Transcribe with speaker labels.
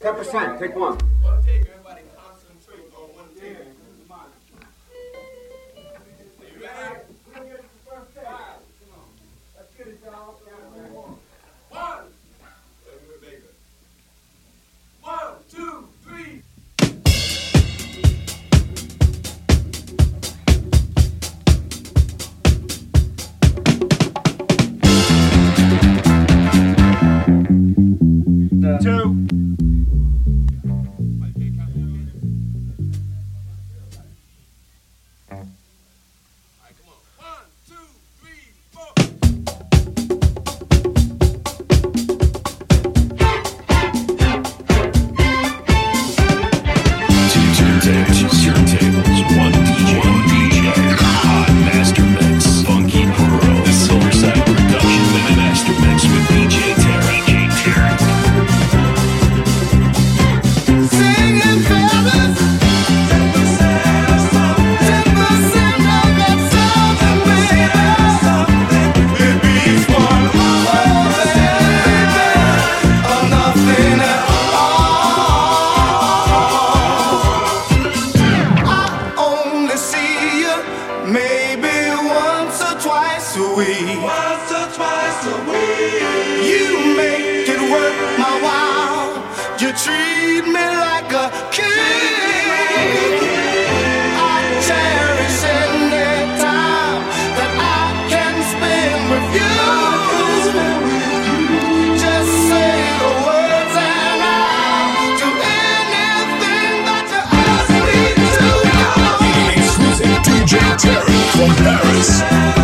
Speaker 1: Ten percent, take one.
Speaker 2: One take, everybody concentrate on one take. You ready? One. Everybody make it. One, two, three.
Speaker 3: Two.
Speaker 2: Alright, come on. One, two, three, four.
Speaker 4: Two turntables, two turntables, one DJ, one DJ, hot master mix, funky pro, the silver side production, the master mix with DJ Terry, DJ Terry.
Speaker 5: only see you maybe once or twice a week. Once or twice a week. You make it worth my while. You treat me like a king. I cherish any time that I can spend with you. Just say the words and I'll do anything that you ask me to.
Speaker 4: Exclusive DJ Terry from Paris.